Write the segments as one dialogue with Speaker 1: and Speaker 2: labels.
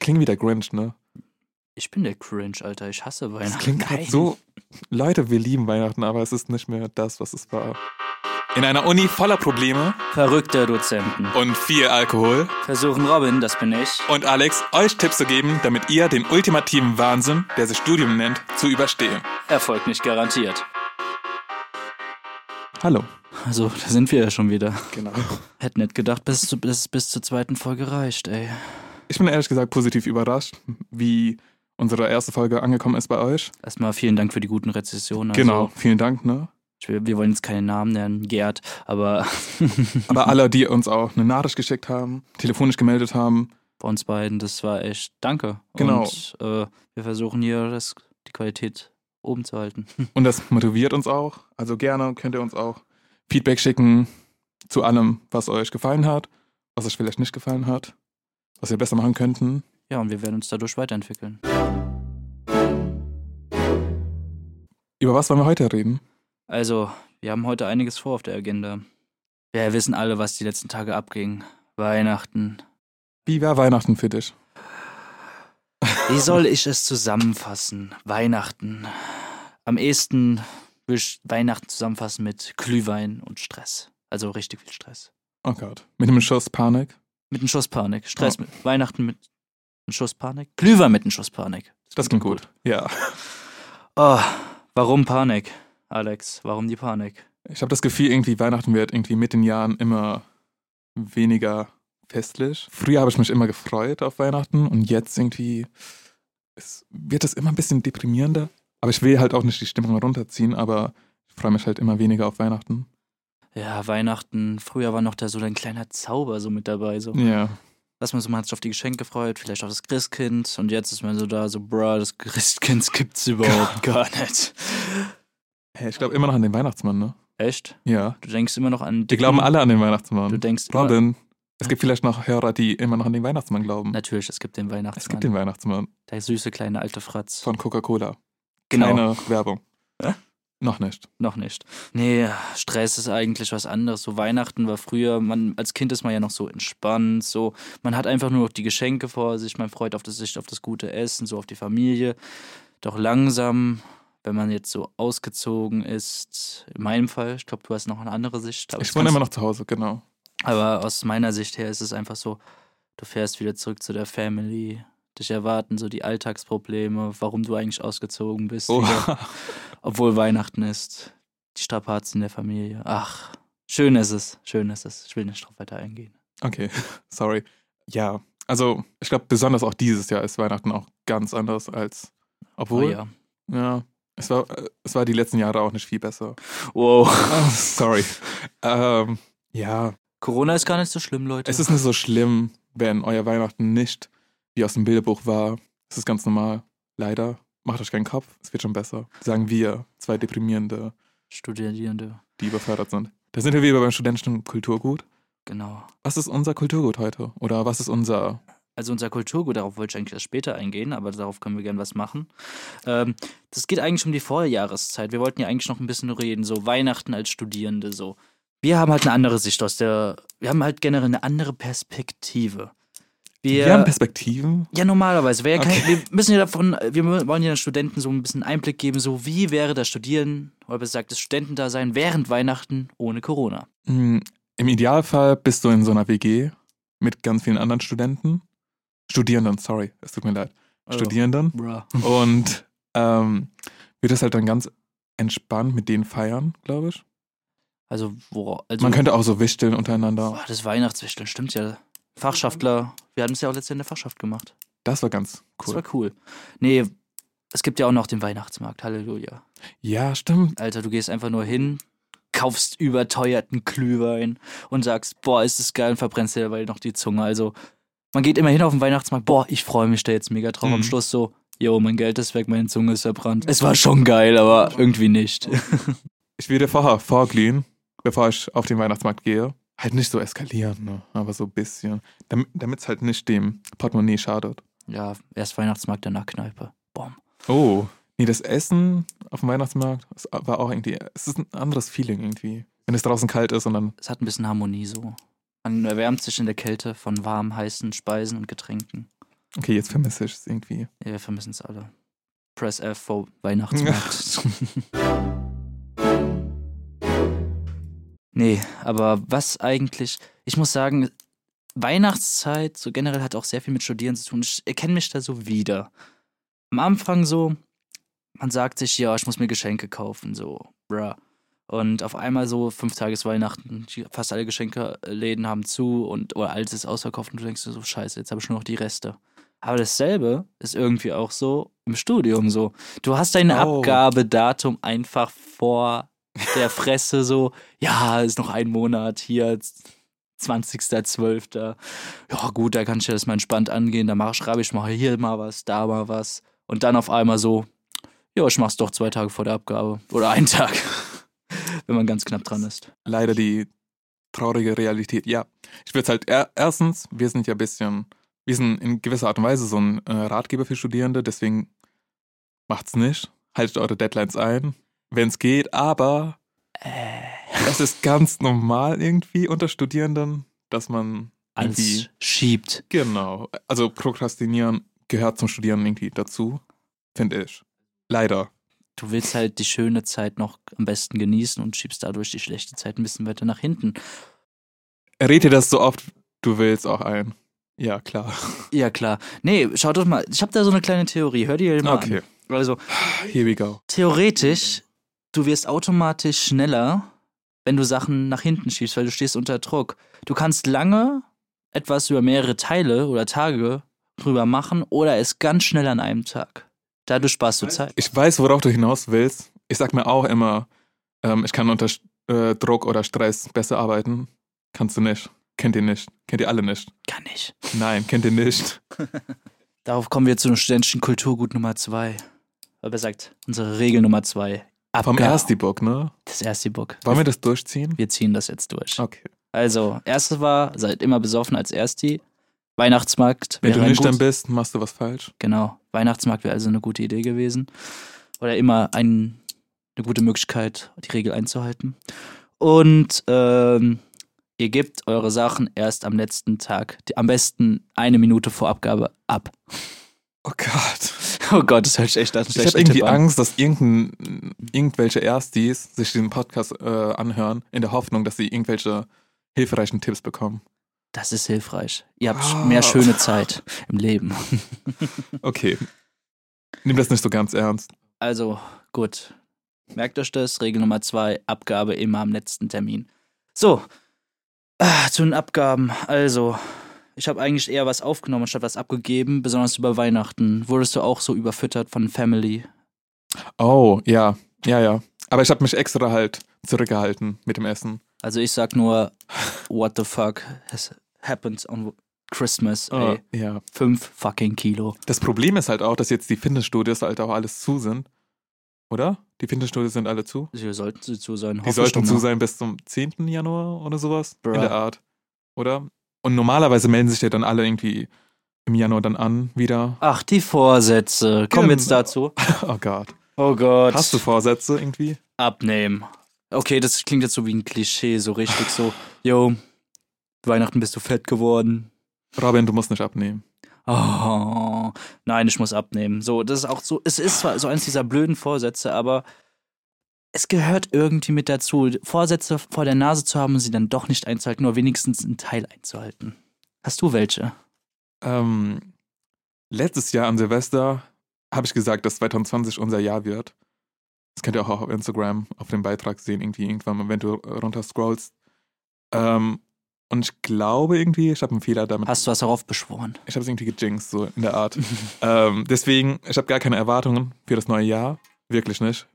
Speaker 1: klingt wie der Grinch, ne?
Speaker 2: Ich bin der Cringe, Alter. Ich hasse Weihnachten.
Speaker 1: Das klingt grad so. Leute, wir lieben Weihnachten, aber es ist nicht mehr das, was es war. In einer Uni voller Probleme
Speaker 2: Verrückte Dozenten
Speaker 1: und viel Alkohol
Speaker 2: versuchen Robin, das bin ich,
Speaker 1: und Alex euch Tipps zu geben, damit ihr den ultimativen Wahnsinn, der sich Studium nennt, zu überstehen.
Speaker 2: Erfolg nicht garantiert.
Speaker 1: Hallo.
Speaker 2: Also, da sind wir ja schon wieder.
Speaker 1: Genau.
Speaker 2: Hätte nicht gedacht, bis, zu, bis, bis zur zweiten Folge reicht, ey.
Speaker 1: Ich bin ehrlich gesagt positiv überrascht, wie unsere erste Folge angekommen ist bei euch.
Speaker 2: Erstmal vielen Dank für die guten Rezessionen. Also,
Speaker 1: Genau, vielen Dank, ne?
Speaker 2: Ich, will- wir wollen jetzt keine Namen nennen, Gerd, aber
Speaker 1: Aber alle, die uns auch eine Nachricht geschickt haben, telefonisch gemeldet haben,
Speaker 2: bei uns beiden, das war echt Danke.
Speaker 1: Genau.
Speaker 2: Und äh, wir versuchen hier, das, die Qualität oben zu halten.
Speaker 1: Und das motiviert uns auch. Also gerne könnt ihr uns auch Feedback schicken zu allem, was euch gefallen hat, was euch vielleicht nicht gefallen hat, was wir besser machen könnten.
Speaker 2: Ja, und wir werden uns dadurch weiterentwickeln.
Speaker 1: Über was wollen wir heute reden?
Speaker 2: Also, wir haben heute einiges vor auf der Agenda. Wir wissen alle, was die letzten Tage abging. Weihnachten.
Speaker 1: Wie war Weihnachten für dich?
Speaker 2: Wie soll ich es zusammenfassen? Weihnachten. Am ehesten will ich Weihnachten zusammenfassen mit Glühwein und Stress. Also richtig viel Stress.
Speaker 1: Oh Gott. Mit einem Schuss Panik.
Speaker 2: Mit einem Schuss Panik. Stress mit Weihnachten mit einem Schuss Panik. Glühwein mit einem Schuss Panik.
Speaker 1: Das klingt gut. Ja.
Speaker 2: Oh, warum Panik, Alex? Warum die Panik?
Speaker 1: Ich habe das Gefühl, irgendwie Weihnachten wird irgendwie mit den Jahren immer weniger festlich. Früher habe ich mich immer gefreut auf Weihnachten und jetzt irgendwie es wird es immer ein bisschen deprimierender. Aber ich will halt auch nicht die Stimmung runterziehen, aber ich freue mich halt immer weniger auf Weihnachten.
Speaker 2: Ja, Weihnachten. Früher war noch da so ein kleiner Zauber so mit dabei. So.
Speaker 1: Ja.
Speaker 2: dass man so, man hat sich auf die Geschenke gefreut, vielleicht auf das Christkind und jetzt ist man so da, so, bruh, das Christkind gibt's überhaupt gar nicht.
Speaker 1: Hey, ich glaube immer noch an den Weihnachtsmann, ne?
Speaker 2: Echt?
Speaker 1: Ja.
Speaker 2: Du denkst immer noch an
Speaker 1: Wir glauben alle an den Weihnachtsmann.
Speaker 2: Du denkst immer,
Speaker 1: Robin, es gibt vielleicht noch Hörer, die immer noch an den Weihnachtsmann glauben.
Speaker 2: Natürlich, es gibt den Weihnachtsmann.
Speaker 1: Es gibt den Weihnachtsmann
Speaker 2: der süße kleine alte Fratz.
Speaker 1: von Coca-Cola.
Speaker 2: genau,
Speaker 1: Keine Werbung.
Speaker 2: Hä?
Speaker 1: Noch nicht.
Speaker 2: noch nicht. Nee, Stress ist eigentlich was anderes. So Weihnachten war früher, man als Kind ist man ja noch so entspannt, so man hat einfach nur noch die Geschenke vor sich, man freut auf das sich auf das gute Essen, so auf die Familie. Doch langsam, wenn man jetzt so ausgezogen ist, in meinem Fall, ich glaube, du hast noch eine andere Sicht. aber
Speaker 1: Ich
Speaker 2: das
Speaker 1: wohne
Speaker 2: kannst-
Speaker 1: immer noch zu Hause, genau.
Speaker 2: Aber aus meiner Sicht her ist es einfach so, du fährst wieder zurück zu der Family, dich erwarten so die Alltagsprobleme, warum du eigentlich ausgezogen bist,
Speaker 1: Oh.
Speaker 2: wieder, obwohl Weihnachten ist, die Strapazen der Familie. Ach, schön ist es, schön ist es. Ich will nicht drauf weiter eingehen.
Speaker 1: Okay, sorry. Ja, also ich glaube, besonders auch dieses Jahr ist Weihnachten auch ganz anders als. Obwohl,
Speaker 2: Oh
Speaker 1: ja.
Speaker 2: ja.
Speaker 1: es, war, äh, es war die letzten Jahre auch nicht viel besser.
Speaker 2: Wow.
Speaker 1: Ah, sorry. ähm, ja,
Speaker 2: Corona ist gar nicht so schlimm, Leute.
Speaker 1: es ist nicht so schlimm, wenn euer Weihnachten nicht wie aus dem Bilderbuch war. Es ist ganz normal. Leider. Macht euch keinen Kopf, es wird schon besser. Sagen wir, zwei Deprimierende,
Speaker 2: Studierende,
Speaker 1: die überfördert sind. Da sind wir wieder beim studentischen Kulturgut.
Speaker 2: genau.
Speaker 1: Was ist unser Kulturgut heute? Oder was ist unser
Speaker 2: Also unser Kulturgut, darauf wollte ich eigentlich erst später eingehen, aber darauf können wir gern was machen. Ähm, das geht eigentlich um die Vorjahreszeit. Wir wollten ja eigentlich noch ein bisschen reden, so Weihnachten als Studierende, so. Wir haben halt eine andere Sicht aus der, wir haben halt generell eine andere Perspektive. Wir,
Speaker 1: Wir haben Perspektiven.
Speaker 2: ja, normalerweise. Wir, ja kein,
Speaker 1: Okay.
Speaker 2: wir müssen ja davon, wir wollen ja den Studenten so ein bisschen Einblick geben, so wie wäre das Studieren, oder besser gesagt das Studentendasein während Weihnachten ohne Corona.
Speaker 1: Hm, Im Idealfall bist du in so einer WG mit ganz vielen anderen Studenten. Studierenden, sorry, es tut mir leid.
Speaker 2: Oh.
Speaker 1: Studierenden.
Speaker 2: Also, Bruh.
Speaker 1: Und ähm, wird das halt dann ganz entspannt mit denen feiern, glaube ich.
Speaker 2: Also, wo, also
Speaker 1: Man könnte auch so wichteln untereinander.
Speaker 2: Boah, das Weihnachtswichteln, stimmt ja. Fachschaftler, wir hatten es ja auch letztes Jahr in der Fachschaft gemacht.
Speaker 1: Das war ganz
Speaker 2: Das
Speaker 1: cool.
Speaker 2: war cool. Nee, es gibt ja auch noch den Weihnachtsmarkt, Halleluja.
Speaker 1: Ja, stimmt.
Speaker 2: Alter, du gehst einfach nur hin, kaufst überteuerten Glühwein und sagst, boah, ist das geil und verbrennst dir dabei noch die Zunge. Also, man geht immer hin auf den Weihnachtsmarkt, boah, ich freue mich da jetzt mega drauf.
Speaker 1: Mhm.
Speaker 2: Am Schluss so, yo, mein Geld ist weg, meine Zunge ist verbrannt. Es war schon geil, aber irgendwie nicht.
Speaker 1: Ich würde vorher vorglühen, bevor ich auf den Weihnachtsmarkt gehe. Halt nicht so eskalieren, ne? aber so ein bisschen. Damit es halt nicht dem Portemonnaie schadet.
Speaker 2: ja, erst Weihnachtsmarkt, danach Kneipe. Bom.
Speaker 1: Oh. Nee, das Essen auf dem Weihnachtsmarkt es war auch irgendwie, es ist ein anderes Feeling irgendwie. Wenn es draußen kalt ist und dann,
Speaker 2: es hat ein bisschen Harmonie so. Man erwärmt sich in der Kälte von warm, heißen Speisen und Getränken.
Speaker 1: Okay, jetzt vermisse ich es irgendwie.
Speaker 2: Ja, wir vermissen es alle. Press F vor Weihnachtsmarkt. nee, aber was eigentlich, ich muss sagen, Weihnachtszeit so generell hat auch sehr viel mit Studieren zu tun. Ich erkenne mich da so wieder. Am Anfang so, man sagt sich, ja, ich muss mir Geschenke kaufen, so, bruh. Und auf einmal so fünf Tages Weihnachten, die- fast alle Geschenkeläden haben zu und oder alles ist ausverkauft und du denkst dir so, scheiße, jetzt habe ich nur noch die Reste. Aber dasselbe ist irgendwie auch so im Studium so. Du hast dein
Speaker 1: Oh.
Speaker 2: Abgabedatum einfach vor der Fresse so, ja, ist noch ein Monat hier, 20.12. Ja, gut, da kann ich das mal entspannt angehen. Da mach, schreibe ich mal hier mal was, da mal was. Und dann auf einmal so, ja, ich mach's doch zwei Tage vor der Abgabe. Oder einen Tag. Wenn man ganz knapp dran ist.
Speaker 1: Leider die traurige Realität. Ja, ich würde halt er erstens, wir sind ja ein bisschen, wir sind in gewisser Art und Weise so ein äh, Ratgeber für Studierende, deswegen macht's nicht. Haltet eure Deadlines ein, wenn es geht, aber das ist ganz normal irgendwie unter Studierenden, dass man
Speaker 2: Alles
Speaker 1: irgendwie-
Speaker 2: schiebt.
Speaker 1: Genau. Also Prokrastinieren gehört zum Studieren irgendwie dazu, finde ich. Leider.
Speaker 2: Du willst halt die schöne Zeit noch am besten genießen und schiebst dadurch die schlechte Zeit ein bisschen weiter nach hinten.
Speaker 1: Red dir das so oft, du willst auch ein. Ja, klar.
Speaker 2: Ja, klar. Nee, schaut doch mal. Ich habe da so eine kleine Theorie. Hör dir die mal
Speaker 1: Okay,
Speaker 2: an. Also,
Speaker 1: here we go.
Speaker 2: Theoretisch, du wirst automatisch schneller, wenn du Sachen nach hinten schiebst, weil du stehst unter Druck. Du kannst lange etwas über mehrere Teile oder Tage drüber machen oder es ganz schnell an einem Tag. Dadurch sparst du Zeit.
Speaker 1: Ich weiß, worauf du hinaus willst. Ich sag mir auch immer, ähm, ich kann unter äh, Druck oder Stress besser arbeiten. Kannst du nicht. Kennt ihr nicht. Kennt ihr alle nicht.
Speaker 2: Kann ich.
Speaker 1: Nein, kennt ihr nicht.
Speaker 2: Darauf kommen wir zu dem studentischen Kulturgut Nummer zwei. Oder gesagt, unsere Regel Nummer zwei.
Speaker 1: Vom
Speaker 2: Abgabe.
Speaker 1: Ersti-Book, ne?
Speaker 2: Das erste Book.
Speaker 1: Wollen wir das durchziehen?
Speaker 2: Wir ziehen das jetzt durch.
Speaker 1: Okay.
Speaker 2: Also, erstes war, seid immer besoffen als Ersti. Weihnachtsmarkt.
Speaker 1: Wenn
Speaker 2: wäre
Speaker 1: du
Speaker 2: ein
Speaker 1: nüchtern
Speaker 2: gutes-
Speaker 1: bist, machst du was falsch.
Speaker 2: Genau. Weihnachtsmarkt wäre also eine gute Idee gewesen. Oder immer ein, eine gute Möglichkeit, die Regel einzuhalten. Und ähm, ihr gebt eure Sachen erst am letzten Tag, die, am besten eine Minute vor Abgabe ab.
Speaker 1: Oh Gott.
Speaker 2: Oh Gott, das hört sich echt an.
Speaker 1: Ich habe irgendwie Angst, dass irgendein, irgendwelche Erstis sich diesen Podcast äh, anhören, in der Hoffnung, dass sie irgendwelche hilfreichen Tipps bekommen.
Speaker 2: Das ist hilfreich. Ihr habt
Speaker 1: Ah.
Speaker 2: mehr schöne Zeit im Leben.
Speaker 1: Okay. Nimm das nicht so ganz ernst.
Speaker 2: Also gut, merkt euch das. Regel Nummer zwei, Abgabe immer am letzten Termin. So, ah, zu den Abgaben. Also, ich habe eigentlich eher was aufgenommen, statt was abgegeben, besonders über Weihnachten. Wurdest du auch so überfüttert von Family?
Speaker 1: Oh, ja, ja, ja. Aber ich habe mich extra halt zurückgehalten mit dem Essen.
Speaker 2: Also ich sag nur, what the fuck has happened on Christmas?
Speaker 1: Oh,
Speaker 2: Ey,
Speaker 1: ja.
Speaker 2: fünf fucking Kilo.
Speaker 1: Das Problem ist halt auch, dass jetzt die Fitnessstudios halt auch alles zu sind. Oder? Die Fitnessstudios sind alle zu.
Speaker 2: Sie sollten sie zu sein.
Speaker 1: Die sollten zu sein bis zum 10. Januar oder sowas.
Speaker 2: Bruh.
Speaker 1: In der Art. Oder? Und normalerweise melden sich ja dann alle irgendwie im Januar dann an wieder.
Speaker 2: Ach, die Vorsätze. Kommen wir jetzt
Speaker 1: Genau.
Speaker 2: dazu.
Speaker 1: Oh Gott.
Speaker 2: Oh Gott.
Speaker 1: Hast du Vorsätze irgendwie?
Speaker 2: Abnehmen. Okay, das klingt jetzt so wie ein Klischee, so richtig so, yo, Weihnachten bist du fett geworden.
Speaker 1: Robin, du musst nicht abnehmen.
Speaker 2: Oh, nein, ich muss abnehmen. So, das ist auch so, es ist zwar so eins dieser blöden Vorsätze, aber es gehört irgendwie mit dazu, Vorsätze vor der Nase zu haben und sie dann doch nicht einzuhalten, nur wenigstens einen Teil einzuhalten. Hast du welche?
Speaker 1: Ähm, letztes Jahr an Silvester habe ich gesagt, dass 2020 unser Jahr wird. Das könnt ihr auch auf Instagram auf dem Beitrag sehen, irgendwie irgendwann, mal, wenn du runter scrollst. Ähm, und ich glaube irgendwie, ich habe einen Fehler damit.
Speaker 2: Hast du was darauf beschworen?
Speaker 1: Ich habe es irgendwie gejinxt, so in der Art. ähm, deswegen, ich habe gar keine Erwartungen für das neue Jahr. Wirklich nicht.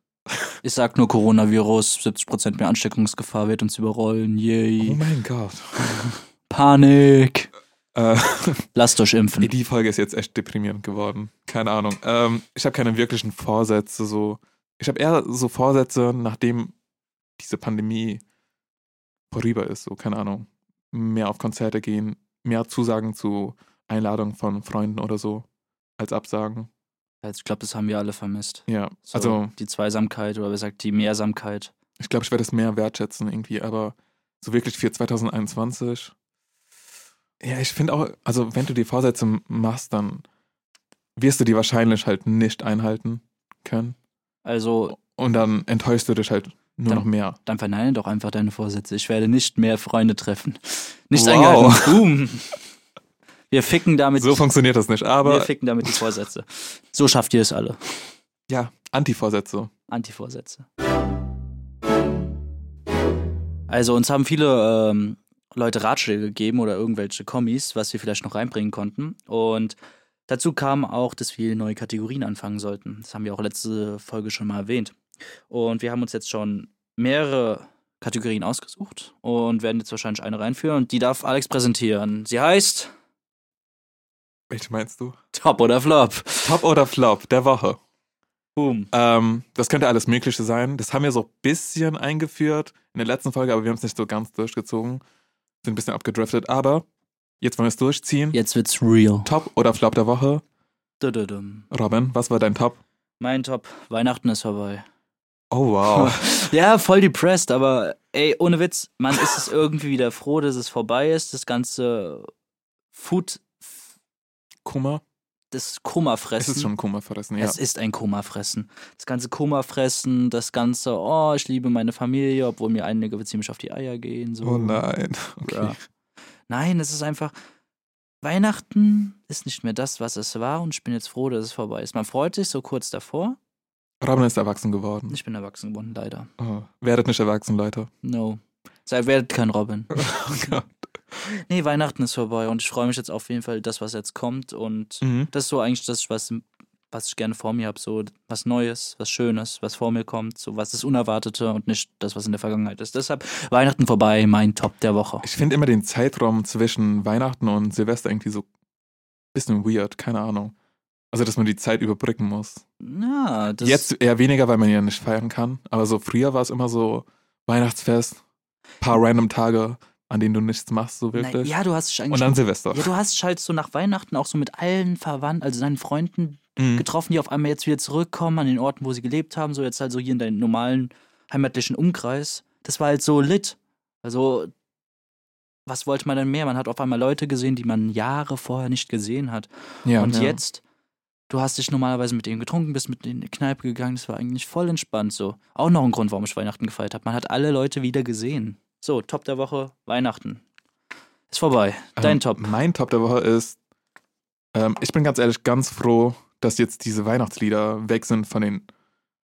Speaker 2: Ich sag nur Coronavirus, 70% mehr Ansteckungsgefahr wird uns überrollen,
Speaker 1: Oh
Speaker 2: yay.
Speaker 1: mein Gott.
Speaker 2: Panik.
Speaker 1: Äh,
Speaker 2: Lasst euch impfen.
Speaker 1: Ey, Die Folge ist jetzt echt deprimierend geworden. Keine Ahnung. Ähm, ich habe keine wirklichen Vorsätze. So. Ich habe eher so Vorsätze, nachdem diese Pandemie vorüber ist. So, keine Ahnung. Mehr auf Konzerte gehen, mehr Zusagen zu Einladungen von Freunden oder so, als Absagen.
Speaker 2: Also ich glaube, das haben wir alle vermisst.
Speaker 1: Ja,
Speaker 2: So,
Speaker 1: also
Speaker 2: die Zweisamkeit oder besser gesagt die Mehrsamkeit.
Speaker 1: ich glaube, ich werde es mehr wertschätzen irgendwie, aber so wirklich für 2021. Ja, ich finde auch, also wenn du dir Vorsätze machst, dann wirst du die wahrscheinlich halt nicht einhalten können.
Speaker 2: Also,
Speaker 1: Und dann enttäuschst du dich halt nur
Speaker 2: Dann-
Speaker 1: noch mehr.
Speaker 2: dann verneine doch einfach deine Vorsätze. Ich werde nicht mehr Freunde treffen. Nicht
Speaker 1: Wow.
Speaker 2: eingehalten. Boom. Wir ficken damit,
Speaker 1: So funktioniert das nicht.
Speaker 2: wir
Speaker 1: Aber
Speaker 2: ficken damit die Vorsätze. So schafft ihr es alle.
Speaker 1: ja, Antivorsätze.
Speaker 2: Antivorsätze. Also uns haben viele ähm, Leute Ratschläge gegeben oder irgendwelche Kommis, was wir vielleicht noch reinbringen konnten. Und dazu kam auch, dass wir neue Kategorien anfangen sollten. Das haben wir auch letzte Folge schon mal erwähnt. Und wir haben uns jetzt schon mehrere Kategorien ausgesucht und werden jetzt wahrscheinlich eine reinführen. Und die darf Alex präsentieren. Sie heißt
Speaker 1: Welche meinst du?
Speaker 2: Top oder Flop.
Speaker 1: Top oder Flop der Woche.
Speaker 2: Boom.
Speaker 1: Ähm, das könnte alles Mögliche sein. Das haben wir so ein bisschen eingeführt in der letzten Folge, aber wir haben es nicht so ganz durchgezogen. Sind ein bisschen abgedriftet, aber jetzt wollen wir es durchziehen.
Speaker 2: Jetzt wird's real.
Speaker 1: Top oder Flop der Woche.
Speaker 2: Dududum.
Speaker 1: Robin, was war dein Top?
Speaker 2: Mein Top. Weihnachten ist vorbei.
Speaker 1: Oh wow.
Speaker 2: Ja, voll depressed, aber ey, ohne Witz, man ist es irgendwie wieder froh, dass es vorbei ist, das ganze Food,
Speaker 1: Kummer?
Speaker 2: das Kummerfressen.
Speaker 1: Es ist schon Kummer verrissen, ja.
Speaker 2: Es ist ein Kummerfressen. Das ganze Kummerfressen, das ganze, oh, ich liebe meine Familie, obwohl mir einige ziemlich auf die Eier gehen. So.
Speaker 1: Oh nein.
Speaker 2: Ja.
Speaker 1: Okay.
Speaker 2: Nein, es ist einfach, Weihnachten ist nicht mehr das, was es war und ich bin jetzt froh, dass es vorbei ist. Man freut sich so kurz davor.
Speaker 1: Robin ist erwachsen geworden.
Speaker 2: Ich bin erwachsen geworden, leider.
Speaker 1: Oh. Werdet nicht erwachsen, Leute.
Speaker 2: No. Sei werdet kein Robin.
Speaker 1: Oh Gott.
Speaker 2: Nee, Weihnachten ist vorbei und ich freue mich jetzt auf jeden Fall das, was jetzt kommt. Und
Speaker 1: Mhm.
Speaker 2: das ist so eigentlich das, was, was ich gerne vor mir habe. So was Neues, was Schönes, was vor mir kommt, so was das Unerwartete und nicht das, was in der Vergangenheit ist. Deshalb Weihnachten vorbei, mein Top der Woche.
Speaker 1: Ich finde immer den Zeitraum zwischen Weihnachten und Silvester irgendwie so ein bisschen weird, keine Ahnung. Also, dass man die Zeit überbrücken muss.
Speaker 2: Ja, das
Speaker 1: Jetzt eher weniger, weil man ja nicht feiern kann. Aber so früher war es immer so Weihnachtsfest, paar random Tage, an denen du nichts machst, so
Speaker 2: Nein,
Speaker 1: wirklich.
Speaker 2: ja, du hast dich
Speaker 1: Und
Speaker 2: eigentlich.
Speaker 1: dann Silvester.
Speaker 2: ja, du hast dich halt so nach Weihnachten auch so mit allen Verwandten, also deinen Freunden
Speaker 1: Mhm.
Speaker 2: getroffen, die auf einmal jetzt wieder zurückkommen an den Orten, wo sie gelebt haben, so jetzt halt so hier in deinem normalen heimatlichen Umkreis. Das war halt so lit. Also, was wollte man denn mehr? Man hat auf einmal Leute gesehen, die man Jahre vorher nicht gesehen hat.
Speaker 1: Ja,
Speaker 2: Und
Speaker 1: ja.
Speaker 2: jetzt, du hast dich normalerweise mit denen getrunken, bist mit denen in die Kneipe gegangen, das war eigentlich voll entspannt so. Auch noch ein Grund, warum ich Weihnachten gefeiert habe. Man hat alle Leute wieder gesehen. So, Top der Woche, Weihnachten. Ist vorbei. Dein
Speaker 1: Ähm,
Speaker 2: Top.
Speaker 1: Mein Top der Woche ist, ähm, ich bin ganz ehrlich ganz froh, dass jetzt diese Weihnachtslieder weg sind von den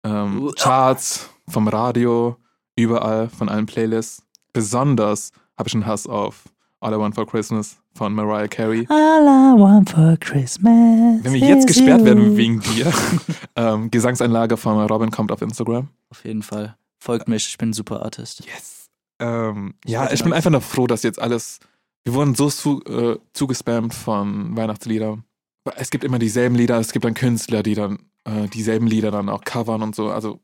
Speaker 1: ähm,
Speaker 2: Uh,
Speaker 1: Charts, vom Radio, überall, von allen Playlists. Besonders habe ich einen Hass auf All I Want for Christmas von Mariah Carey.
Speaker 2: All I want for Christmas.
Speaker 1: Wenn wir jetzt
Speaker 2: is
Speaker 1: gesperrt
Speaker 2: you.
Speaker 1: werden wegen dir, ähm, Gesangseinlage von Robin kommt auf Instagram.
Speaker 2: Auf jeden Fall. Folgt mich, ich bin ein super Artist.
Speaker 1: Yes. Ähm, ja,
Speaker 2: weiß
Speaker 1: ich bin
Speaker 2: nicht.
Speaker 1: einfach nur froh, dass jetzt alles. Wir wurden so zu, äh, zugespammt von Weihnachtsliedern. Es gibt immer dieselben Lieder, es gibt dann Künstler, die dann äh, dieselben Lieder dann auch covern und so. Also.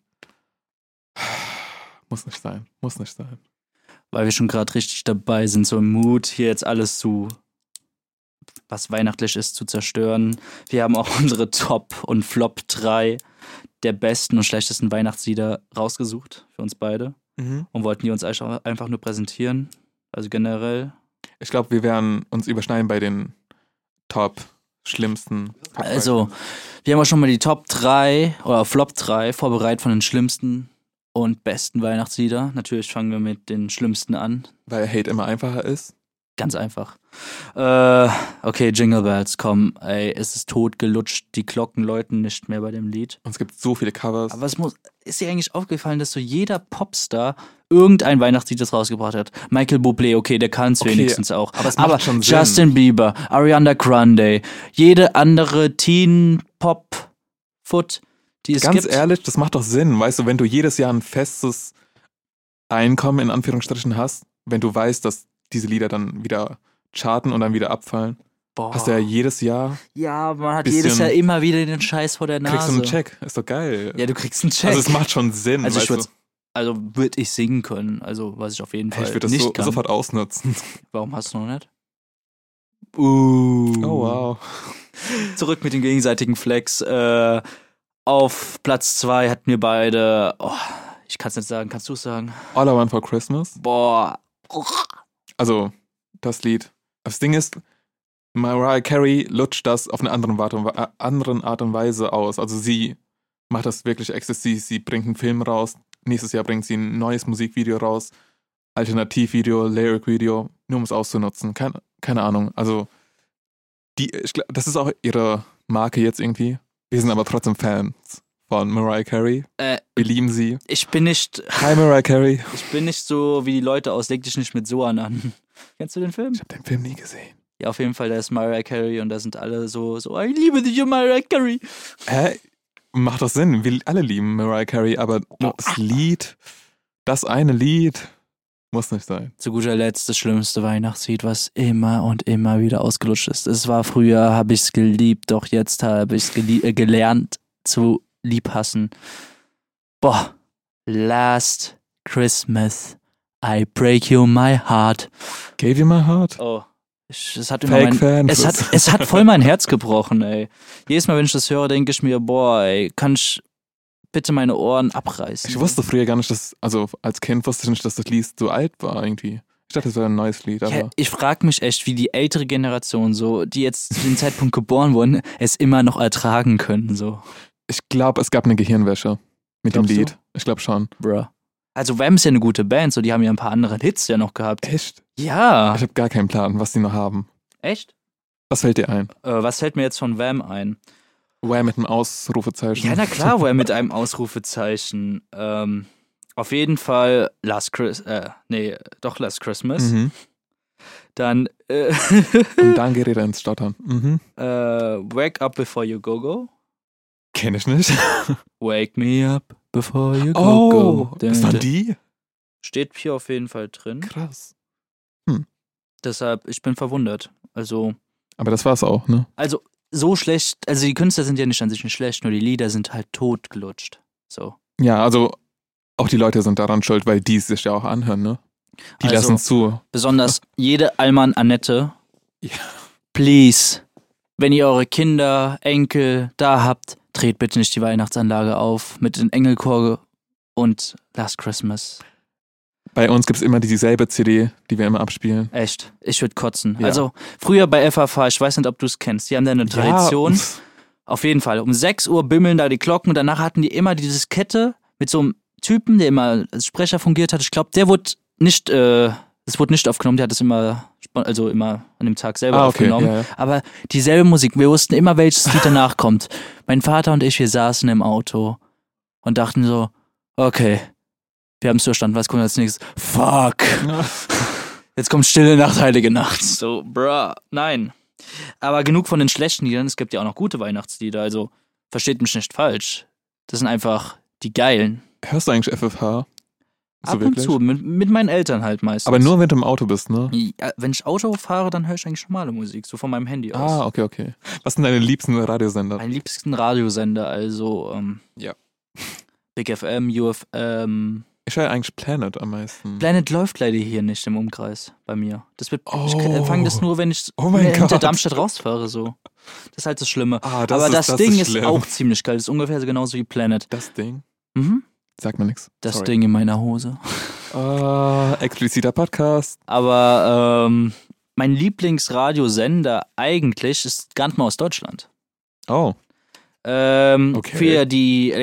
Speaker 1: Muss nicht sein. Muss nicht sein.
Speaker 2: Weil wir schon gerade richtig dabei sind, so im Mut, hier jetzt alles zu, was weihnachtlich ist, zu zerstören. Wir haben auch unsere Top und Flop 3 der besten und schlechtesten Weihnachtslieder rausgesucht für uns beide
Speaker 1: Mhm.
Speaker 2: und wollten die uns einfach einfach nur präsentieren. Also generell.
Speaker 1: Ich glaube, wir werden uns überschneiden bei den top schlimmsten.
Speaker 2: Also, wir haben auch schon mal die Top 3 oder Flop 3 vorbereitet von den schlimmsten und besten Weihnachtslieder. Natürlich fangen wir mit den schlimmsten an.
Speaker 1: Weil Hate immer einfacher ist.
Speaker 2: Ganz einfach. Äh, okay, Jingle Bells, komm, ey, es ist tot gelutscht, die Glocken läuten nicht mehr bei dem Lied.
Speaker 1: Und es gibt so viele Covers.
Speaker 2: Aber es muss, ist dir eigentlich aufgefallen, dass so jeder Popstar irgendein Weihnachtslied das rausgebracht hat? Michael Bublé, okay, der kann es
Speaker 1: Okay,
Speaker 2: wenigstens auch.
Speaker 1: aber es macht schon Sinn.
Speaker 2: Justin Bieber, Ariana Grande, jede andere Teen Pop Foot, die es
Speaker 1: Ganz
Speaker 2: gibt.
Speaker 1: ehrlich, das macht doch Sinn. Weißt du, wenn du jedes Jahr ein festes Einkommen in Anführungsstrichen hast, wenn du weißt, dass diese Lieder dann wieder charten und dann wieder abfallen,
Speaker 2: Boah.
Speaker 1: hast du ja jedes Jahr,
Speaker 2: ja, man hat
Speaker 1: bisschen-
Speaker 2: jedes Jahr immer wieder den Scheiß vor der Nase.
Speaker 1: kriegst du einen Check. Ist doch geil.
Speaker 2: Ja, du kriegst einen Check.
Speaker 1: also es macht schon Sinn.
Speaker 2: Also ich
Speaker 1: weißt du?
Speaker 2: würde also würd ich singen können, also was ich auf jeden
Speaker 1: Ey,
Speaker 2: Fall
Speaker 1: ich würde das
Speaker 2: nicht
Speaker 1: so,
Speaker 2: kann.
Speaker 1: sofort ausnutzen.
Speaker 2: Warum hast du noch nicht? Uh.
Speaker 1: Oh wow.
Speaker 2: Zurück mit dem gegenseitigen Flex. Äh, auf Platz zwei hatten wir beide. Oh, ich kann es nicht sagen. Kannst du es sagen?
Speaker 1: All I Want for Christmas.
Speaker 2: Boah.
Speaker 1: Also das Lied. Das Ding ist, Mariah Carey lutscht das auf eine andere Art und, äh, anderen Art und Weise aus. Also sie macht das wirklich exzessiv. Sie bringt einen Film raus. Nächstes Jahr bringt sie ein neues Musikvideo raus. Alternativvideo, Lyric-Video, nur um es auszunutzen. Keine, keine Ahnung. Also die, ich, glaub, das ist auch ihre Marke jetzt irgendwie. Wir sind aber trotzdem Fans von Mariah Carey.
Speaker 2: Äh,
Speaker 1: Wir lieben sie.
Speaker 2: ich bin nicht,
Speaker 1: Hi Mariah Carey.
Speaker 2: ich bin nicht so wie die Leute aus Leg dich nicht mit Soan an. Kennst du den Film?
Speaker 1: Ich habe den Film nie gesehen.
Speaker 2: Ja, auf jeden Fall, da ist Mariah Carey und da sind alle so, so, ich liebe dich, Mariah Carey.
Speaker 1: Hä? Macht doch Sinn. Wir alle lieben Mariah Carey, aber nur
Speaker 2: Ah.
Speaker 1: das Lied, das eine Lied, muss nicht sein.
Speaker 2: Zu guter Letzt das schlimmste Weihnachtslied, was immer und immer wieder ausgelutscht ist. Es war früher, habe ich es geliebt, doch jetzt habe ich es äh, gelernt zu liebhassen. Boah, Last Christmas, I break you my heart.
Speaker 1: Gave you my heart?
Speaker 2: Oh, ich, es hat immer
Speaker 1: Fake
Speaker 2: mein,
Speaker 1: Fans.
Speaker 2: es hat, es hat voll mein Herz gebrochen, ey. Jedes Mal, wenn ich das höre, denke ich mir, boah, ey, kann ich bitte meine Ohren abreißen?
Speaker 1: ich wusste früher gar nicht, dass, also als Kind wusste ich nicht, dass das Lied so alt war irgendwie. Ich dachte, es wäre ein neues Lied, aber
Speaker 2: Ja, ich frage mich echt, wie die ältere Generation, so, die jetzt zu dem Zeitpunkt geboren wurden, es immer noch ertragen können, so.
Speaker 1: ich glaube, es gab eine Gehirnwäsche mit dem
Speaker 2: Glaubst du?
Speaker 1: Lied. Ich glaube schon.
Speaker 2: Bruh. Also Wham ist ja eine gute Band, so die haben ja ein paar andere Hits ja noch gehabt.
Speaker 1: Echt?
Speaker 2: Ja.
Speaker 1: Ich habe gar keinen Plan, was die noch haben.
Speaker 2: Echt?
Speaker 1: Was fällt dir ein?
Speaker 2: Äh, was fällt mir jetzt von Wham ein?
Speaker 1: Wham mit einem Ausrufezeichen.
Speaker 2: Ja, na klar, Wham mit einem Ausrufezeichen. Ähm, auf jeden Fall Last Chris, äh, nee, doch Last Christmas.
Speaker 1: Mhm.
Speaker 2: Dann äh,
Speaker 1: Und dann gerät er ins Stottern. Mhm.
Speaker 2: äh, Wake Up Before You Go Go.
Speaker 1: Kenne ich nicht.
Speaker 2: Wake me up before you go
Speaker 1: Oh,
Speaker 2: go.
Speaker 1: das waren die?
Speaker 2: Steht hier auf jeden Fall drin.
Speaker 1: Krass.
Speaker 2: Deshalb, ich bin verwundert. Also,
Speaker 1: Aber das war's auch, ne?
Speaker 2: also so schlecht, also die Künstler sind ja nicht an sich nicht schlecht, nur die Lieder sind halt totgelutscht. So.
Speaker 1: Ja, also auch die Leute sind daran schuld, weil die es sich ja auch anhören, ne? Die
Speaker 2: Also-
Speaker 1: lassen zu.
Speaker 2: Besonders jede Alman Annette.
Speaker 1: Ja.
Speaker 2: Please, wenn ihr eure Kinder, Enkel da habt, dreht bitte nicht die Weihnachtsanlage auf mit den Engelchor und Last Christmas.
Speaker 1: Bei uns gibt's immer dieselbe CD, die wir immer abspielen.
Speaker 2: Echt, ich würde kotzen.
Speaker 1: Ja.
Speaker 2: Also, früher bei FAV, ich weiß nicht, ob du es kennst, die haben da eine Tradition.
Speaker 1: Ja,
Speaker 2: Auf jeden Fall. Um 6 Uhr bimmeln da die Glocken und danach hatten die immer diese Kette mit so einem Typen, der immer als Sprecher fungiert hat. Ich glaube, der wurde nicht, äh, es wurde nicht aufgenommen, der hat es immer, spo- also immer an dem Tag selber
Speaker 1: ah, okay.
Speaker 2: aufgenommen.
Speaker 1: Ja, ja.
Speaker 2: Aber dieselbe Musik, wir wussten immer, welches Lied danach kommt. Mein Vater und ich, wir saßen im Auto und dachten so, okay, wir haben es verstanden, was kommt als nächstes? Fuck! Jetzt kommt stille Nacht, heilige Nacht. So, bruh, nein. Aber genug von den schlechten Liedern, es gibt ja auch noch gute Weihnachtslieder, also versteht mich nicht falsch. Das sind einfach die geilen.
Speaker 1: Hörst du eigentlich FFH? So
Speaker 2: Ab und zu, mit, mit meinen Eltern halt meistens.
Speaker 1: Aber nur wenn du im Auto bist, ne?
Speaker 2: Ja, wenn ich Auto fahre, dann höre ich eigentlich normale Musik, so von meinem Handy aus.
Speaker 1: Ah, okay, okay. Was sind deine liebsten Radiosender?
Speaker 2: Mein liebsten Radiosender, also ähm,
Speaker 1: Ja.
Speaker 2: Big FM, UFM.
Speaker 1: Ich höre eigentlich Planet am meisten.
Speaker 2: Planet läuft leider hier nicht im Umkreis bei mir. Das wird, Ich
Speaker 1: Oh.
Speaker 2: empfange das nur, wenn ich
Speaker 1: Oh mein
Speaker 2: hinter
Speaker 1: Gott.
Speaker 2: Darmstadt rausfahre. So. Das ist halt das Schlimme.
Speaker 1: ah,
Speaker 2: Aber das, Ding ist,
Speaker 1: schlimm.
Speaker 2: auch ziemlich geil. Das ist ungefähr genauso wie Planet.
Speaker 1: Das Ding?
Speaker 2: Mhm.
Speaker 1: Sagt mir nichts.
Speaker 2: Das Ding in meiner Hose.
Speaker 1: Ah, expliziter Podcast.
Speaker 2: Aber ähm, mein Lieblingsradiosender eigentlich ist gar nicht mal aus Deutschland.
Speaker 1: Oh.
Speaker 2: Ähm,
Speaker 1: Okay.
Speaker 2: Für die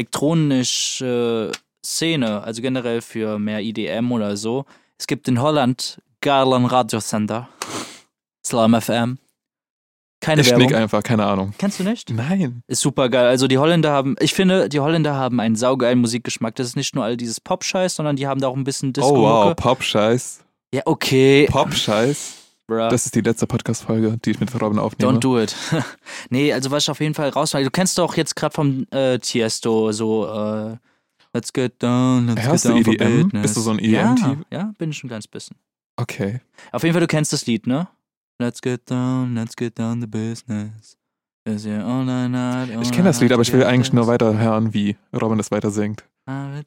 Speaker 2: elektronische Szene, also generell für mehr IDM oder so. Es gibt in Holland Garlan Radiosender. Slam FM. Keine
Speaker 1: Ich
Speaker 2: Werbung.
Speaker 1: schnick einfach, keine Ahnung.
Speaker 2: Kennst du nicht?
Speaker 1: Nein.
Speaker 2: Ist super geil. Also die Holländer haben, ich finde, die Holländer haben einen saugeilen Musikgeschmack. Das ist nicht nur all dieses Pop-Scheiß, sondern die haben da auch ein bisschen disco
Speaker 1: Oh wow, Pop-Scheiß.
Speaker 2: Ja, okay.
Speaker 1: Pop-Scheiß.
Speaker 2: bruh.
Speaker 1: Das ist die letzte Podcast-Folge, die ich mit Robin aufnehme.
Speaker 2: Don't do it. nee, also was ich auf jeden Fall raus Du kennst doch jetzt gerade vom äh, Tiesto so äh, Let's get down, let's
Speaker 1: Hörst
Speaker 2: get
Speaker 1: du
Speaker 2: down for
Speaker 1: EDM?
Speaker 2: business.
Speaker 1: Bist du so ein E
Speaker 2: ja,
Speaker 1: EDM-Typ?
Speaker 2: ja, bin ich ein ganz bisschen.
Speaker 1: Okay.
Speaker 2: Auf jeden Fall, du kennst das Lied, ne? Let's get down, let's get down to business. Is it all I night, all
Speaker 1: Ich kenne das
Speaker 2: I
Speaker 1: Lied, aber ich will
Speaker 2: get
Speaker 1: eigentlich nur
Speaker 2: this?
Speaker 1: weiter hören, wie Robin das weiter singt.
Speaker 2: Nein,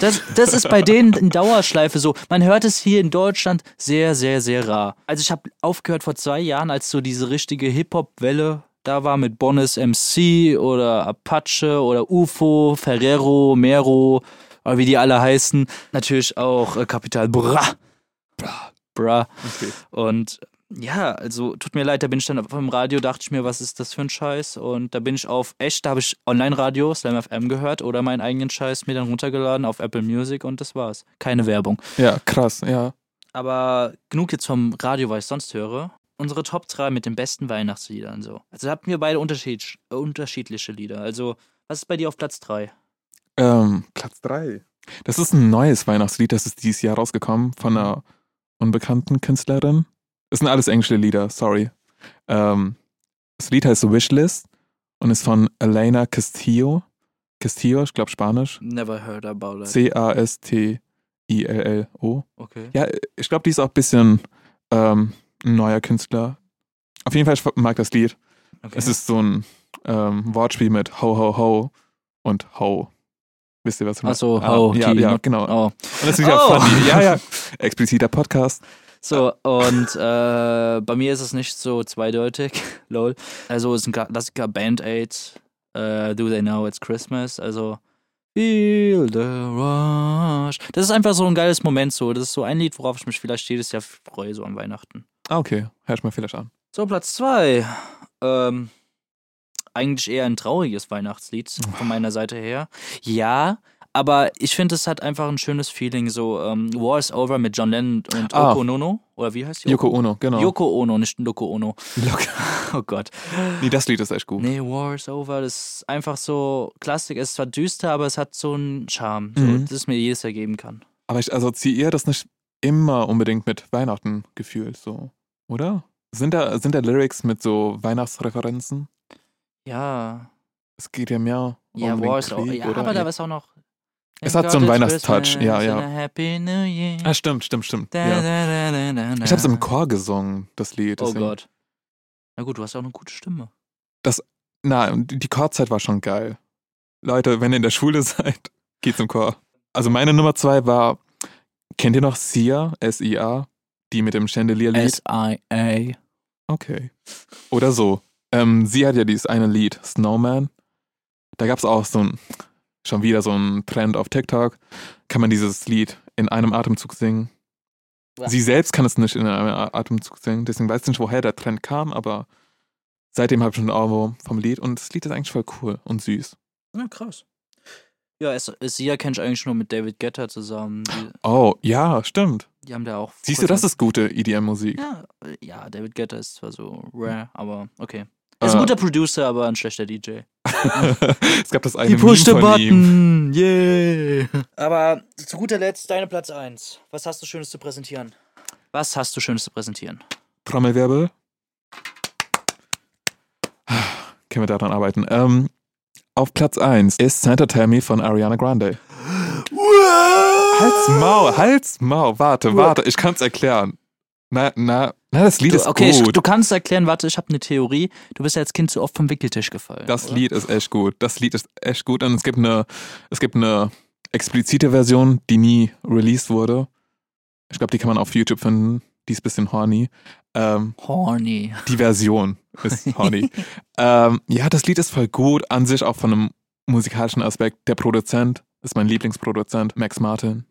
Speaker 2: das, das ist bei denen in Dauerschleife so. Man hört es hier in Deutschland sehr, sehr, sehr rar. Also ich habe aufgehört vor zwei Jahren, als so diese richtige Hip-Hop-Welle da war mit Bonis MC oder Apache oder UFO, Ferrero, Mero, oder wie die alle heißen. Natürlich auch äh, Capital Bra. Bra. Bra.
Speaker 1: Okay.
Speaker 2: Und ja, also tut mir leid, da bin ich dann vom Radio, dachte ich mir, was ist das für ein Scheiß? Und da bin ich auf, echt, da habe ich Online-Radio, Slam FM gehört oder meinen eigenen Scheiß mir dann runtergeladen auf Apple Music und das war's. Keine Werbung.
Speaker 1: Ja, krass, ja.
Speaker 2: Aber genug jetzt vom Radio, was ich sonst höre. Unsere Top 3 mit den besten Weihnachtsliedern so. Also da hatten wir beide unterschied äh, unterschiedliche Lieder. Also, was ist bei dir auf Platz 3?
Speaker 1: Ähm, Platz 3. Das ist ein neues Weihnachtslied, das ist dieses Jahr rausgekommen von einer unbekannten Künstlerin. Es sind alles englische Lieder, sorry. Ähm, das Lied heißt Wishlist und ist von Elena Castillo. Castillo, ich glaube Spanisch.
Speaker 2: Never heard about it.
Speaker 1: C-A-S-T-I-L-L-O.
Speaker 2: Okay.
Speaker 1: Ja, ich glaube, die ist auch ein bisschen ähm, ein neuer Künstler. Auf jeden Fall, ich mag das Lied.
Speaker 2: okay.
Speaker 1: Es ist so ein ähm, Wortspiel mit Ho Ho Ho und Ho. Wisst ihr was? ich meine?
Speaker 2: Ach so, Ho,
Speaker 1: Ja,
Speaker 2: die-
Speaker 1: ja, genau.
Speaker 2: oh.
Speaker 1: Und das ist ja
Speaker 2: Oh.
Speaker 1: funny. Ja, ja. Expliziter Podcast.
Speaker 2: So, und äh, bei mir ist es nicht so zweideutig, lol. Also es ist ein Klassiker Band-Aid, äh, Do They Know It's Christmas, also Feel the Rush. Das ist einfach so ein geiles Moment so, das ist so ein Lied, worauf ich mich vielleicht jedes Jahr freue, so an Weihnachten.
Speaker 1: Ah, okay. Hör ich mal vielleicht an.
Speaker 2: So, Platz zwei Ähm, eigentlich eher ein trauriges Weihnachtslied von meiner Seite her. Ja, aber ich finde, es hat einfach ein schönes Feeling, so ähm, War is Over mit John Lennon und
Speaker 1: Ah.
Speaker 2: Yoko Nono, oder wie heißt die?
Speaker 1: Yoko Ono, genau.
Speaker 2: Yoko Ono, nicht Yoko Ono. Oh Gott.
Speaker 1: Nee, das Lied ist echt gut.
Speaker 2: Nee, War is Over, das ist einfach so Klassik. Es ist zwar düster, aber es hat so einen Charme, so,
Speaker 1: Mhm.
Speaker 2: dass es mir jedes ergeben kann.
Speaker 1: Aber ich assoziiere das nicht immer unbedingt mit Weihnachten gefühlt, so. Oder? Sind da, sind da Lyrics mit so Weihnachtsreferenzen?
Speaker 2: Ja.
Speaker 1: Es geht ja mehr um
Speaker 2: Ja,
Speaker 1: den
Speaker 2: War is Over.
Speaker 1: Krieg,
Speaker 2: Ja,
Speaker 1: oder?
Speaker 2: aber da ist auch noch.
Speaker 1: Es hat so einen
Speaker 2: Thank God it's
Speaker 1: Weihnachtstouch,
Speaker 2: Christmas
Speaker 1: ja, ja.
Speaker 2: and a Happy New Year.
Speaker 1: ah, stimmt, stimmt, stimmt.
Speaker 2: Da,
Speaker 1: Ja.
Speaker 2: da, da, da, da.
Speaker 1: Ich hab's im Chor gesungen, das Lied.
Speaker 2: Oh
Speaker 1: Deswegen.
Speaker 2: Gott. Na gut, du hast auch eine gute Stimme.
Speaker 1: Na, die die Chorzeit war schon geil. Leute, wenn ihr in der Schule seid, geht zum Chor. Also meine Nummer zwei war, kennt ihr noch Sia, S-I-A, die mit dem Chandelier-Lied?
Speaker 2: S.I.A.
Speaker 1: Okay. Oder so. Ähm, sie hat ja dieses eine Lied, Snowman. Da gab es auch so ein, schon wieder so ein Trend auf TikTok. Kann man dieses Lied in einem Atemzug singen?
Speaker 2: Ja.
Speaker 1: Sie selbst kann es nicht in einem Atemzug singen, deswegen weiß ich nicht, woher der Trend kam, aber seitdem habe ich schon einen Ohrwurm vom Lied und das Lied ist eigentlich voll cool und süß.
Speaker 2: Na krass. Ja, es, es, Sia kenne ich eigentlich nur mit David Guetta zusammen. Die,
Speaker 1: Oh, ja, stimmt.
Speaker 2: die haben da auch.
Speaker 1: Siehst du, das ist gute E EDM-Musik.
Speaker 2: Ja, äh, ja, David Guetta ist zwar so rare, aber okay. Er ist ein
Speaker 1: Äh.
Speaker 2: guter Producer, aber ein schlechter DJ.
Speaker 1: es gab das eine Meme von ihm.
Speaker 2: yeah! Aber zu guter Letzt deine Platz 1. Was hast du Schönes zu präsentieren? Was hast du Schönes zu präsentieren?
Speaker 1: Trommelwirbel. Können wir daran arbeiten. Ähm, auf Platz 1 ist Santa Tell Me von Ariana Grande. Halt's
Speaker 2: Halt,
Speaker 1: Maul, halt's Maul. Warte, warte, ich kann's erklären. Na, na, na, das Lied
Speaker 2: Du,
Speaker 1: ist
Speaker 2: okay, ich,
Speaker 1: gut.
Speaker 2: du kannst erklären, warte, ich habe eine Theorie. Du bist ja als Kind zu oft vom Wickeltisch gefallen.
Speaker 1: das
Speaker 2: oder?
Speaker 1: Lied ist echt gut. Das Lied ist echt gut. Und es gibt eine, es gibt eine explizite Version, die nie released wurde. Ich glaube, die kann man auf YouTube finden. Die ist ein bisschen horny. Ähm,
Speaker 2: Horny.
Speaker 1: die Version ist horny. ähm, ja, das Lied ist voll gut, an sich auch von einem musikalischen Aspekt. Der Produzent ist mein Lieblingsproduzent, Max Martin.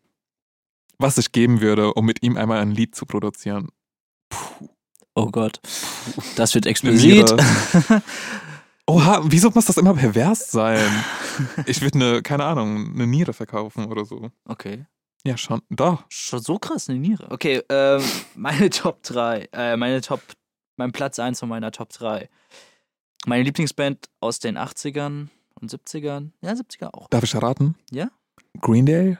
Speaker 1: Was ich geben würde, um mit ihm einmal ein Lied zu produzieren.
Speaker 2: Oh Gott. Das wird
Speaker 1: Eine
Speaker 2: explizit.
Speaker 1: Liebe. Oha, wieso muss das immer pervers sein? Ich würde eine, keine Ahnung, eine Niere verkaufen oder so.
Speaker 2: Okay.
Speaker 1: Ja, schon, doch.
Speaker 2: Schon so krass, eine Niere. Okay, ähm, meine Top 3, äh, meine Top, mein Platz 1 von meiner Top 3. Meine Lieblingsband aus den 80ern und 70ern. Ja, 70er auch.
Speaker 1: Darf ich erraten?
Speaker 2: Ja.
Speaker 1: Green Day?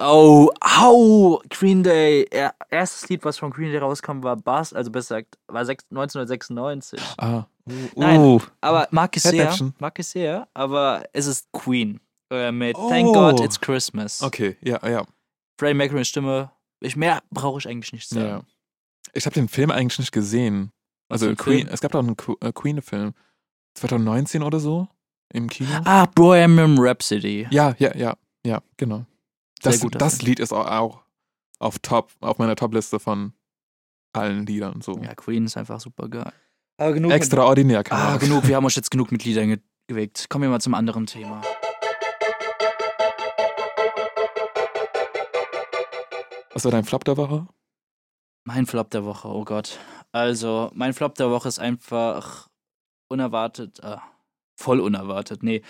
Speaker 2: Oh, au, Green Day. Ja, erstes Lied, was von Green Day rauskam, war Bass, also besser gesagt, war sechs- 1996.
Speaker 1: Ah. Uh,
Speaker 2: Nein.
Speaker 1: uh.
Speaker 2: Aber mag ich sehr,
Speaker 1: Headbashing.
Speaker 2: mag ich sehr, aber es ist Queen. Äh, mit Thank
Speaker 1: Oh.
Speaker 2: God It's Christmas.
Speaker 1: Okay, ja, ja.
Speaker 2: Freddie Mercury Stimme. Ich, mehr brauche ich eigentlich nicht sagen.
Speaker 1: Ja. Ich habe den Film eigentlich nicht gesehen.
Speaker 2: Was
Speaker 1: Also
Speaker 2: für ein
Speaker 1: Queen,
Speaker 2: Film?
Speaker 1: es gab doch einen Que- äh, Queen-Film. 2019 oder so im Kino.
Speaker 2: Ah, Bohemian Rhapsody.
Speaker 1: Ja, ja, ja, ja, genau. Das,
Speaker 2: guter
Speaker 1: das
Speaker 2: Film.
Speaker 1: Lied ist auch, auch auf Top, auf meiner Top-Liste von allen Liedern so.
Speaker 2: Ja, Queen ist einfach super geil. Aber genug.
Speaker 1: Extraordinär, keine
Speaker 2: ah,
Speaker 1: Ahnung.
Speaker 2: genug. Wir haben uns jetzt genug mit Liedern ge geweckt. Kommen wir mal zum anderen Thema.
Speaker 1: Was war dein Flop der Woche?
Speaker 2: Mein Flop der Woche, oh Gott. Also, mein Flop der Woche ist einfach unerwartet, äh, voll unerwartet, nee.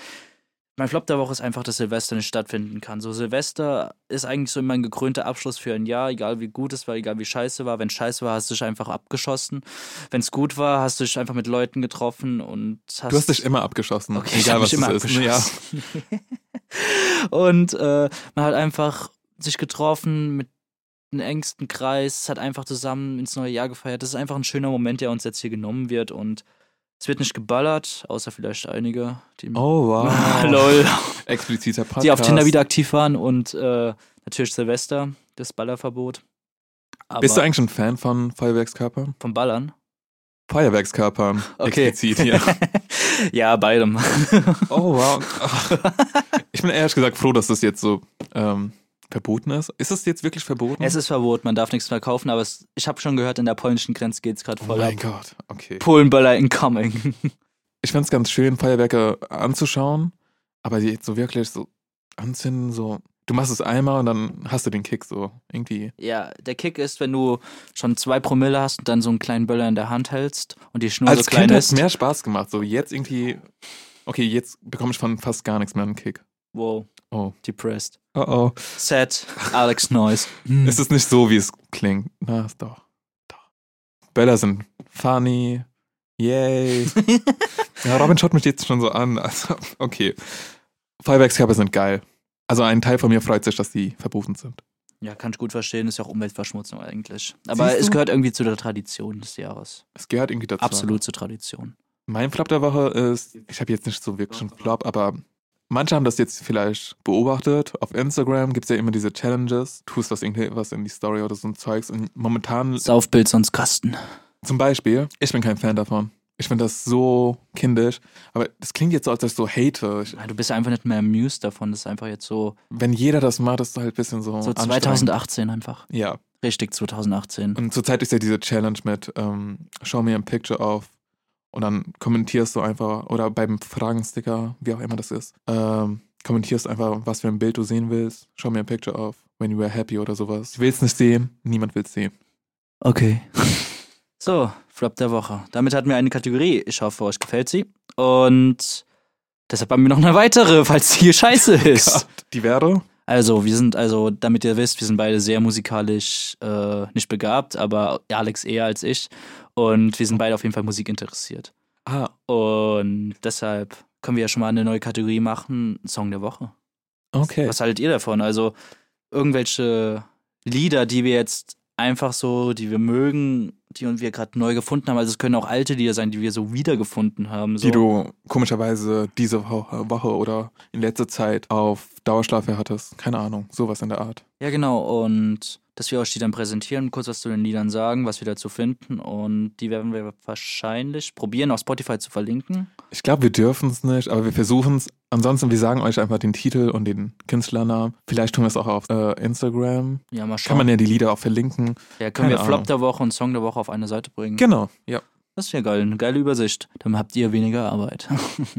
Speaker 2: Mein Flop der Woche ist einfach, dass Silvester nicht stattfinden kann. So, Silvester ist eigentlich so immer ein gekrönter Abschluss für ein Jahr, egal wie gut es war, egal wie scheiße war. Wenn scheiße war, hast du dich einfach abgeschossen. Wenn es gut war, hast du dich einfach mit Leuten getroffen und hast.
Speaker 1: Du hast dich immer abgeschossen.
Speaker 2: Okay, ich hab mich immer
Speaker 1: es ne? Ja.
Speaker 2: abgeschossen. und äh, man hat einfach sich getroffen mit einem engsten Kreis, hat einfach zusammen ins neue Jahr gefeiert. Das ist einfach ein schöner Moment, der uns jetzt hier genommen wird und es wird nicht geballert, außer vielleicht einige, die,
Speaker 1: Oh, wow.
Speaker 2: Ah, Lol.
Speaker 1: Expliziter Podcast.
Speaker 2: die auf Tinder wieder aktiv waren und äh, natürlich Silvester, das Ballerverbot. Aber
Speaker 1: Bist du eigentlich ein Fan von Feuerwerkskörpern?
Speaker 2: vom Ballern?
Speaker 1: Feuerwerkskörpern.
Speaker 2: Okay.
Speaker 1: Explizit hier.
Speaker 2: ja, beidem.
Speaker 1: Oh, wow. Ach. Ich bin ehrlich gesagt froh, dass das jetzt so ähm, verboten ist. Ist es jetzt wirklich verboten?
Speaker 2: es ist verboten, man darf nichts verkaufen, aber es, ich habe schon gehört, in der polnischen Grenze geht es gerade
Speaker 1: oh
Speaker 2: voll ab.
Speaker 1: mein Gott. Okay.
Speaker 2: Polenböller incoming.
Speaker 1: Ich fand es ganz schön, Feuerwerke anzuschauen, aber die jetzt so wirklich so anzünden, so. Du machst es einmal und dann hast du den Kick so. Irgendwie.
Speaker 2: Ja, der Kick ist, wenn du schon zwei Promille hast und dann so einen kleinen Böller in der Hand hältst und die Schnur
Speaker 1: Als
Speaker 2: so klein
Speaker 1: Kind hat Also es
Speaker 2: ist.
Speaker 1: mehr Spaß gemacht. So jetzt irgendwie. Okay, jetzt bekomme ich von fast gar nichts mehr einen Kick.
Speaker 2: Wow.
Speaker 1: Oh.
Speaker 2: Depressed.
Speaker 1: Oh oh.
Speaker 2: Sad. Alex Noise.
Speaker 1: Es ist nicht so, wie es klingt. Na, ist doch. doch. Böller sind funny. Yay. ja, Robin schaut mich jetzt schon so an. Also, okay. Feuerwerkskörper sind geil. Also ein Teil von mir freut sich, dass die verboten sind.
Speaker 2: ja, kann ich gut verstehen. Ist ja auch Umweltverschmutzung eigentlich. Aber
Speaker 1: Siehst
Speaker 2: es
Speaker 1: du?
Speaker 2: gehört irgendwie zu der Tradition des Jahres.
Speaker 1: Es gehört irgendwie dazu.
Speaker 2: Absolut zur Tradition.
Speaker 1: Mein Flop der Woche ist, ich habe jetzt nicht so wirklich einen Flop, aber manche haben das jetzt vielleicht beobachtet. Auf Instagram gibt es ja immer diese Challenges. Tust was irgendwas in die Story oder so ein Zeugs. Und momentan
Speaker 2: Saufbild sonst Kasten.
Speaker 1: Zum Beispiel, ich bin kein Fan davon. Ich finde das so kindisch. Aber das klingt jetzt so, als ob ich so hate. Ich,
Speaker 2: Du bist einfach nicht mehr amused davon. Das ist einfach jetzt so,
Speaker 1: wenn jeder das macht, ist es halt ein bisschen so.
Speaker 2: so
Speaker 1: Oh, anstrengend.
Speaker 2: 2018 einfach.
Speaker 1: Ja.
Speaker 2: Richtig 2018.
Speaker 1: Und zurzeit ist ja diese Challenge mit ähm, Show me a picture auf und dann kommentierst du einfach oder beim Fragensticker, wie auch immer das ist, ähm, kommentierst einfach, was für ein Bild du sehen willst. Show me a picture auf, when you were happy oder sowas. Du willst nicht sehen, niemand will sehen.
Speaker 2: Okay. So, Flop der Woche. Damit hatten wir eine Kategorie. Ich hoffe, euch gefällt sie. Und deshalb haben wir noch eine weitere, falls die hier scheiße ist.
Speaker 1: Gott, Die wäre?
Speaker 2: also, wir sind, also, damit ihr wisst, wir sind beide sehr musikalisch äh, nicht begabt, aber Alex eher als ich. Und wir sind beide auf jeden Fall musikinteressiert.
Speaker 1: Ah,
Speaker 2: Und deshalb können wir ja schon mal eine neue Kategorie machen: Song der Woche.
Speaker 1: okay.
Speaker 2: Was haltet ihr davon? Also irgendwelche Lieder, die wir jetzt einfach so, die wir mögen, die und wir gerade neu gefunden haben. Also es können auch alte Lieder sein, die wir so wiedergefunden haben. So.
Speaker 1: die du komischerweise diese Wo- Woche oder in letzter Zeit auf Dauerschleife hattest. Keine Ahnung, sowas in der Art.
Speaker 2: Ja, genau. Und dass wir euch die dann präsentieren, kurz was zu den Liedern sagen, was wir dazu finden. Und die werden wir wahrscheinlich probieren, auf Spotify zu verlinken.
Speaker 1: Ich glaube, wir dürfen es nicht, aber wir versuchen es. Ansonsten, wir sagen euch einfach den Titel und den Künstlernamen. Vielleicht tun wir es auch auf äh, Instagram.
Speaker 2: Ja, mal
Speaker 1: Kann
Speaker 2: schauen.
Speaker 1: man ja die Lieder auch verlinken.
Speaker 2: ja, können wir
Speaker 1: keine
Speaker 2: Flop
Speaker 1: Ahnung.
Speaker 2: der Woche und Song der Woche auf eine Seite bringen.
Speaker 1: Genau, ja.
Speaker 2: Das ist ja geil. Eine geile Übersicht. Dann habt ihr weniger Arbeit.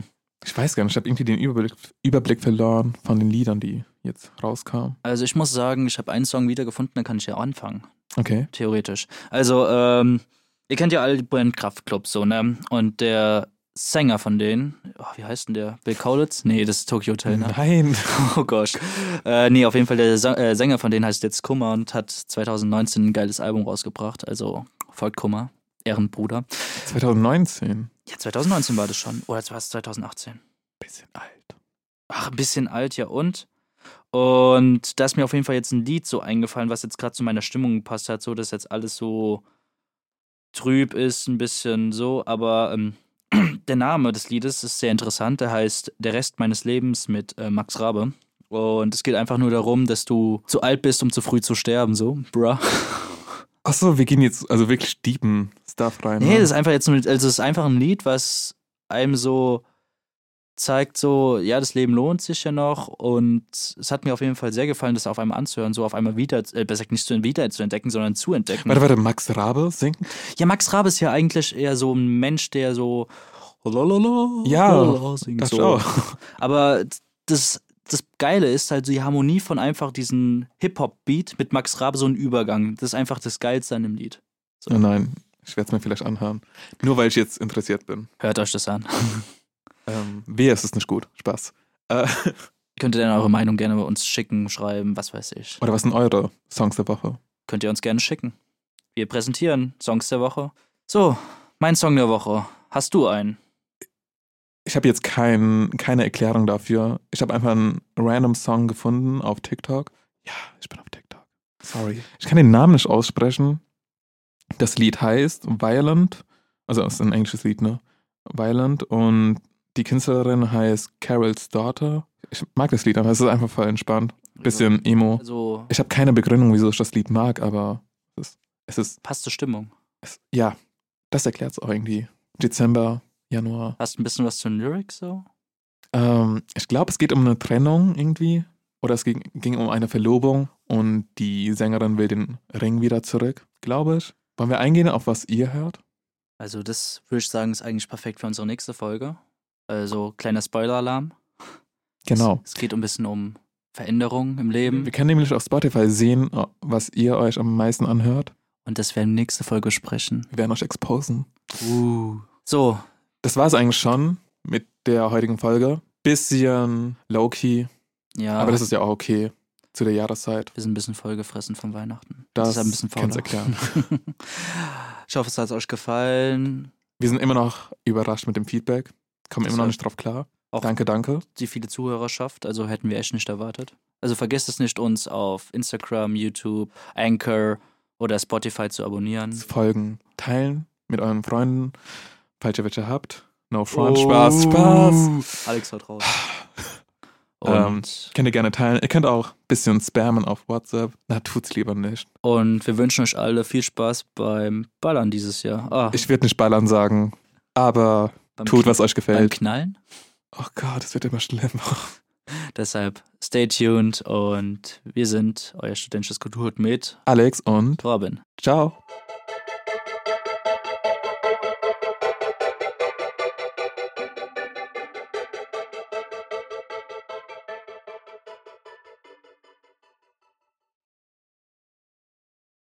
Speaker 1: Ich weiß gar nicht, ich habe irgendwie den Überblick, Überblick verloren von den Liedern, die jetzt rauskamen.
Speaker 2: also ich muss sagen, ich habe einen Song wiedergefunden, dann kann ich ja anfangen.
Speaker 1: Okay.
Speaker 2: theoretisch. Also, ähm, ihr kennt ja alle die Brand Kraft Club so, ne? Und der Sänger von denen, oh, wie heißt denn der? Bill Kaulitz? Nee, das ist Tokyo Hotel, ne?
Speaker 1: Nein.
Speaker 2: Oh Gott. Äh, nee, auf jeden Fall, der Sa äh, Sänger von denen heißt jetzt Kummer und hat 2019 ein geiles Album rausgebracht. Also, folgt Kummer, Ehrenbruder.
Speaker 1: 2019.
Speaker 2: Ja, 2019 war das schon. Oder war es 2018?
Speaker 1: Bisschen alt.
Speaker 2: Ach, ein bisschen alt, ja und? Und da ist mir auf jeden Fall jetzt ein Lied so eingefallen, was jetzt gerade zu meiner Stimmung gepasst hat, so dass jetzt alles so trüb ist, ein bisschen so, aber ähm, der Name des Liedes ist sehr interessant, der heißt Der Rest meines Lebens mit äh, Max Rabe. Und es geht einfach nur darum, dass du zu alt bist, um zu früh zu sterben, so, bruh.
Speaker 1: Achso, wir gehen jetzt also wirklich deepen Stuff rein. ne?
Speaker 2: Nee, das ist einfach jetzt nur, also es ist einfach ein Lied, was einem so zeigt, so, ja, das Leben lohnt sich ja noch und es hat mir auf jeden Fall sehr gefallen, das auf einmal anzuhören, so auf einmal wieder, äh, besser gesagt, nicht zu wieder zu entdecken, sondern zu entdecken.
Speaker 1: warte, warte, Max Rabe singt?
Speaker 2: Ja, Max Rabe ist ja eigentlich eher so ein Mensch, der so lalala,
Speaker 1: Ja,
Speaker 2: lalala singt,
Speaker 1: Das
Speaker 2: so.
Speaker 1: so.
Speaker 2: Aber das das Geile ist halt die Harmonie von einfach diesem Hip-Hop-Beat mit Max Rabe, so ein Übergang. Das ist einfach das Geilste an dem Lied. So.
Speaker 1: Oh nein, ich werde es mir vielleicht anhören. Nur weil ich jetzt interessiert bin.
Speaker 2: Hört euch das an.
Speaker 1: Ähm, wehe, es ist nicht gut. Spaß. Äh,
Speaker 2: Könnt ihr dann eure Meinung gerne bei uns schicken, schreiben, was weiß ich.
Speaker 1: oder was sind eure Songs der Woche?
Speaker 2: Könnt ihr uns gerne schicken. Wir präsentieren Songs der Woche. So, mein Song der Woche. Hast du einen?
Speaker 1: Ich habe jetzt kein, keine Erklärung dafür. Ich habe einfach einen random Song gefunden auf TikTok. Ja, ich bin auf TikTok. Sorry. Ich kann den Namen nicht aussprechen. Das Lied heißt Violent. Also es ist ein englisches Lied, ne? Violent. Und die Künstlerin heißt Carol's Daughter. Ich mag das Lied, aber es ist einfach voll entspannt. Bisschen Emo.
Speaker 2: Also,
Speaker 1: Ich habe keine Begründung, wieso ich das Lied mag, aber es ist, es ist,
Speaker 2: passte Stimmung.
Speaker 1: es, ja, das erklärt es auch irgendwie. Dezember, Januar.
Speaker 2: Hast ein bisschen was zu den Lyrics so?
Speaker 1: Ähm, ich glaube, es geht um eine Trennung irgendwie. Oder es ging, ging um eine Verlobung und die Sängerin will den Ring wieder zurück, glaube ich. Wollen wir eingehen auf was ihr hört?
Speaker 2: Also, das würde ich sagen, ist eigentlich perfekt für unsere nächste Folge. Also, kleiner Spoiler-Alarm.
Speaker 1: Genau.
Speaker 2: Es, es geht ein bisschen um Veränderungen im Leben.
Speaker 1: Wir können nämlich auf Spotify sehen, äh, was ihr euch am meisten anhört.
Speaker 2: Und das werden wir nächste Folge sprechen.
Speaker 1: Wir werden euch exposen. Uh.
Speaker 2: So,
Speaker 1: Das war es eigentlich schon mit der heutigen Folge. Bisschen low-key,
Speaker 2: ja.
Speaker 1: aber das ist ja auch okay zu der Jahreszeit.
Speaker 2: wir sind ein bisschen vollgefressen von Weihnachten.
Speaker 1: Das,
Speaker 2: ist ein bisschen
Speaker 1: kann's
Speaker 2: fauler.
Speaker 1: erklären.
Speaker 2: ich hoffe, es hat euch gefallen.
Speaker 1: Wir sind immer noch überrascht mit dem Feedback, kommen
Speaker 2: Das
Speaker 1: immer noch
Speaker 2: war-
Speaker 1: nicht drauf klar.
Speaker 2: Auch- Mhm.
Speaker 1: Danke, danke.
Speaker 2: die viele Zuhörerschaft, also hätten wir echt nicht erwartet. Also vergesst es nicht, uns auf Instagram, YouTube, Anchor oder Spotify zu abonnieren.
Speaker 1: zu folgen, teilen mit euren Freunden, falls ihr welche habt. No
Speaker 2: Oh.
Speaker 1: front, Spaß, Spaß.
Speaker 2: Alex haut raus.
Speaker 1: Ähm.
Speaker 2: Und,
Speaker 1: Könnt ihr gerne teilen. Ihr könnt auch ein bisschen spammen auf WhatsApp. Na, tut's lieber nicht.
Speaker 2: und wir wünschen euch alle viel Spaß beim Ballern dieses Jahr. Ah,
Speaker 1: Ich würde nicht ballern sagen, aber
Speaker 2: beim
Speaker 1: tut,
Speaker 2: Kn-
Speaker 1: was euch
Speaker 2: beim
Speaker 1: gefällt.
Speaker 2: Knallen.
Speaker 1: Oh Gott, es wird immer schlimmer.
Speaker 2: Deshalb stay tuned und wir sind euer studentisches Kulturhut mit
Speaker 1: Alex und
Speaker 2: Robin.
Speaker 1: ciao.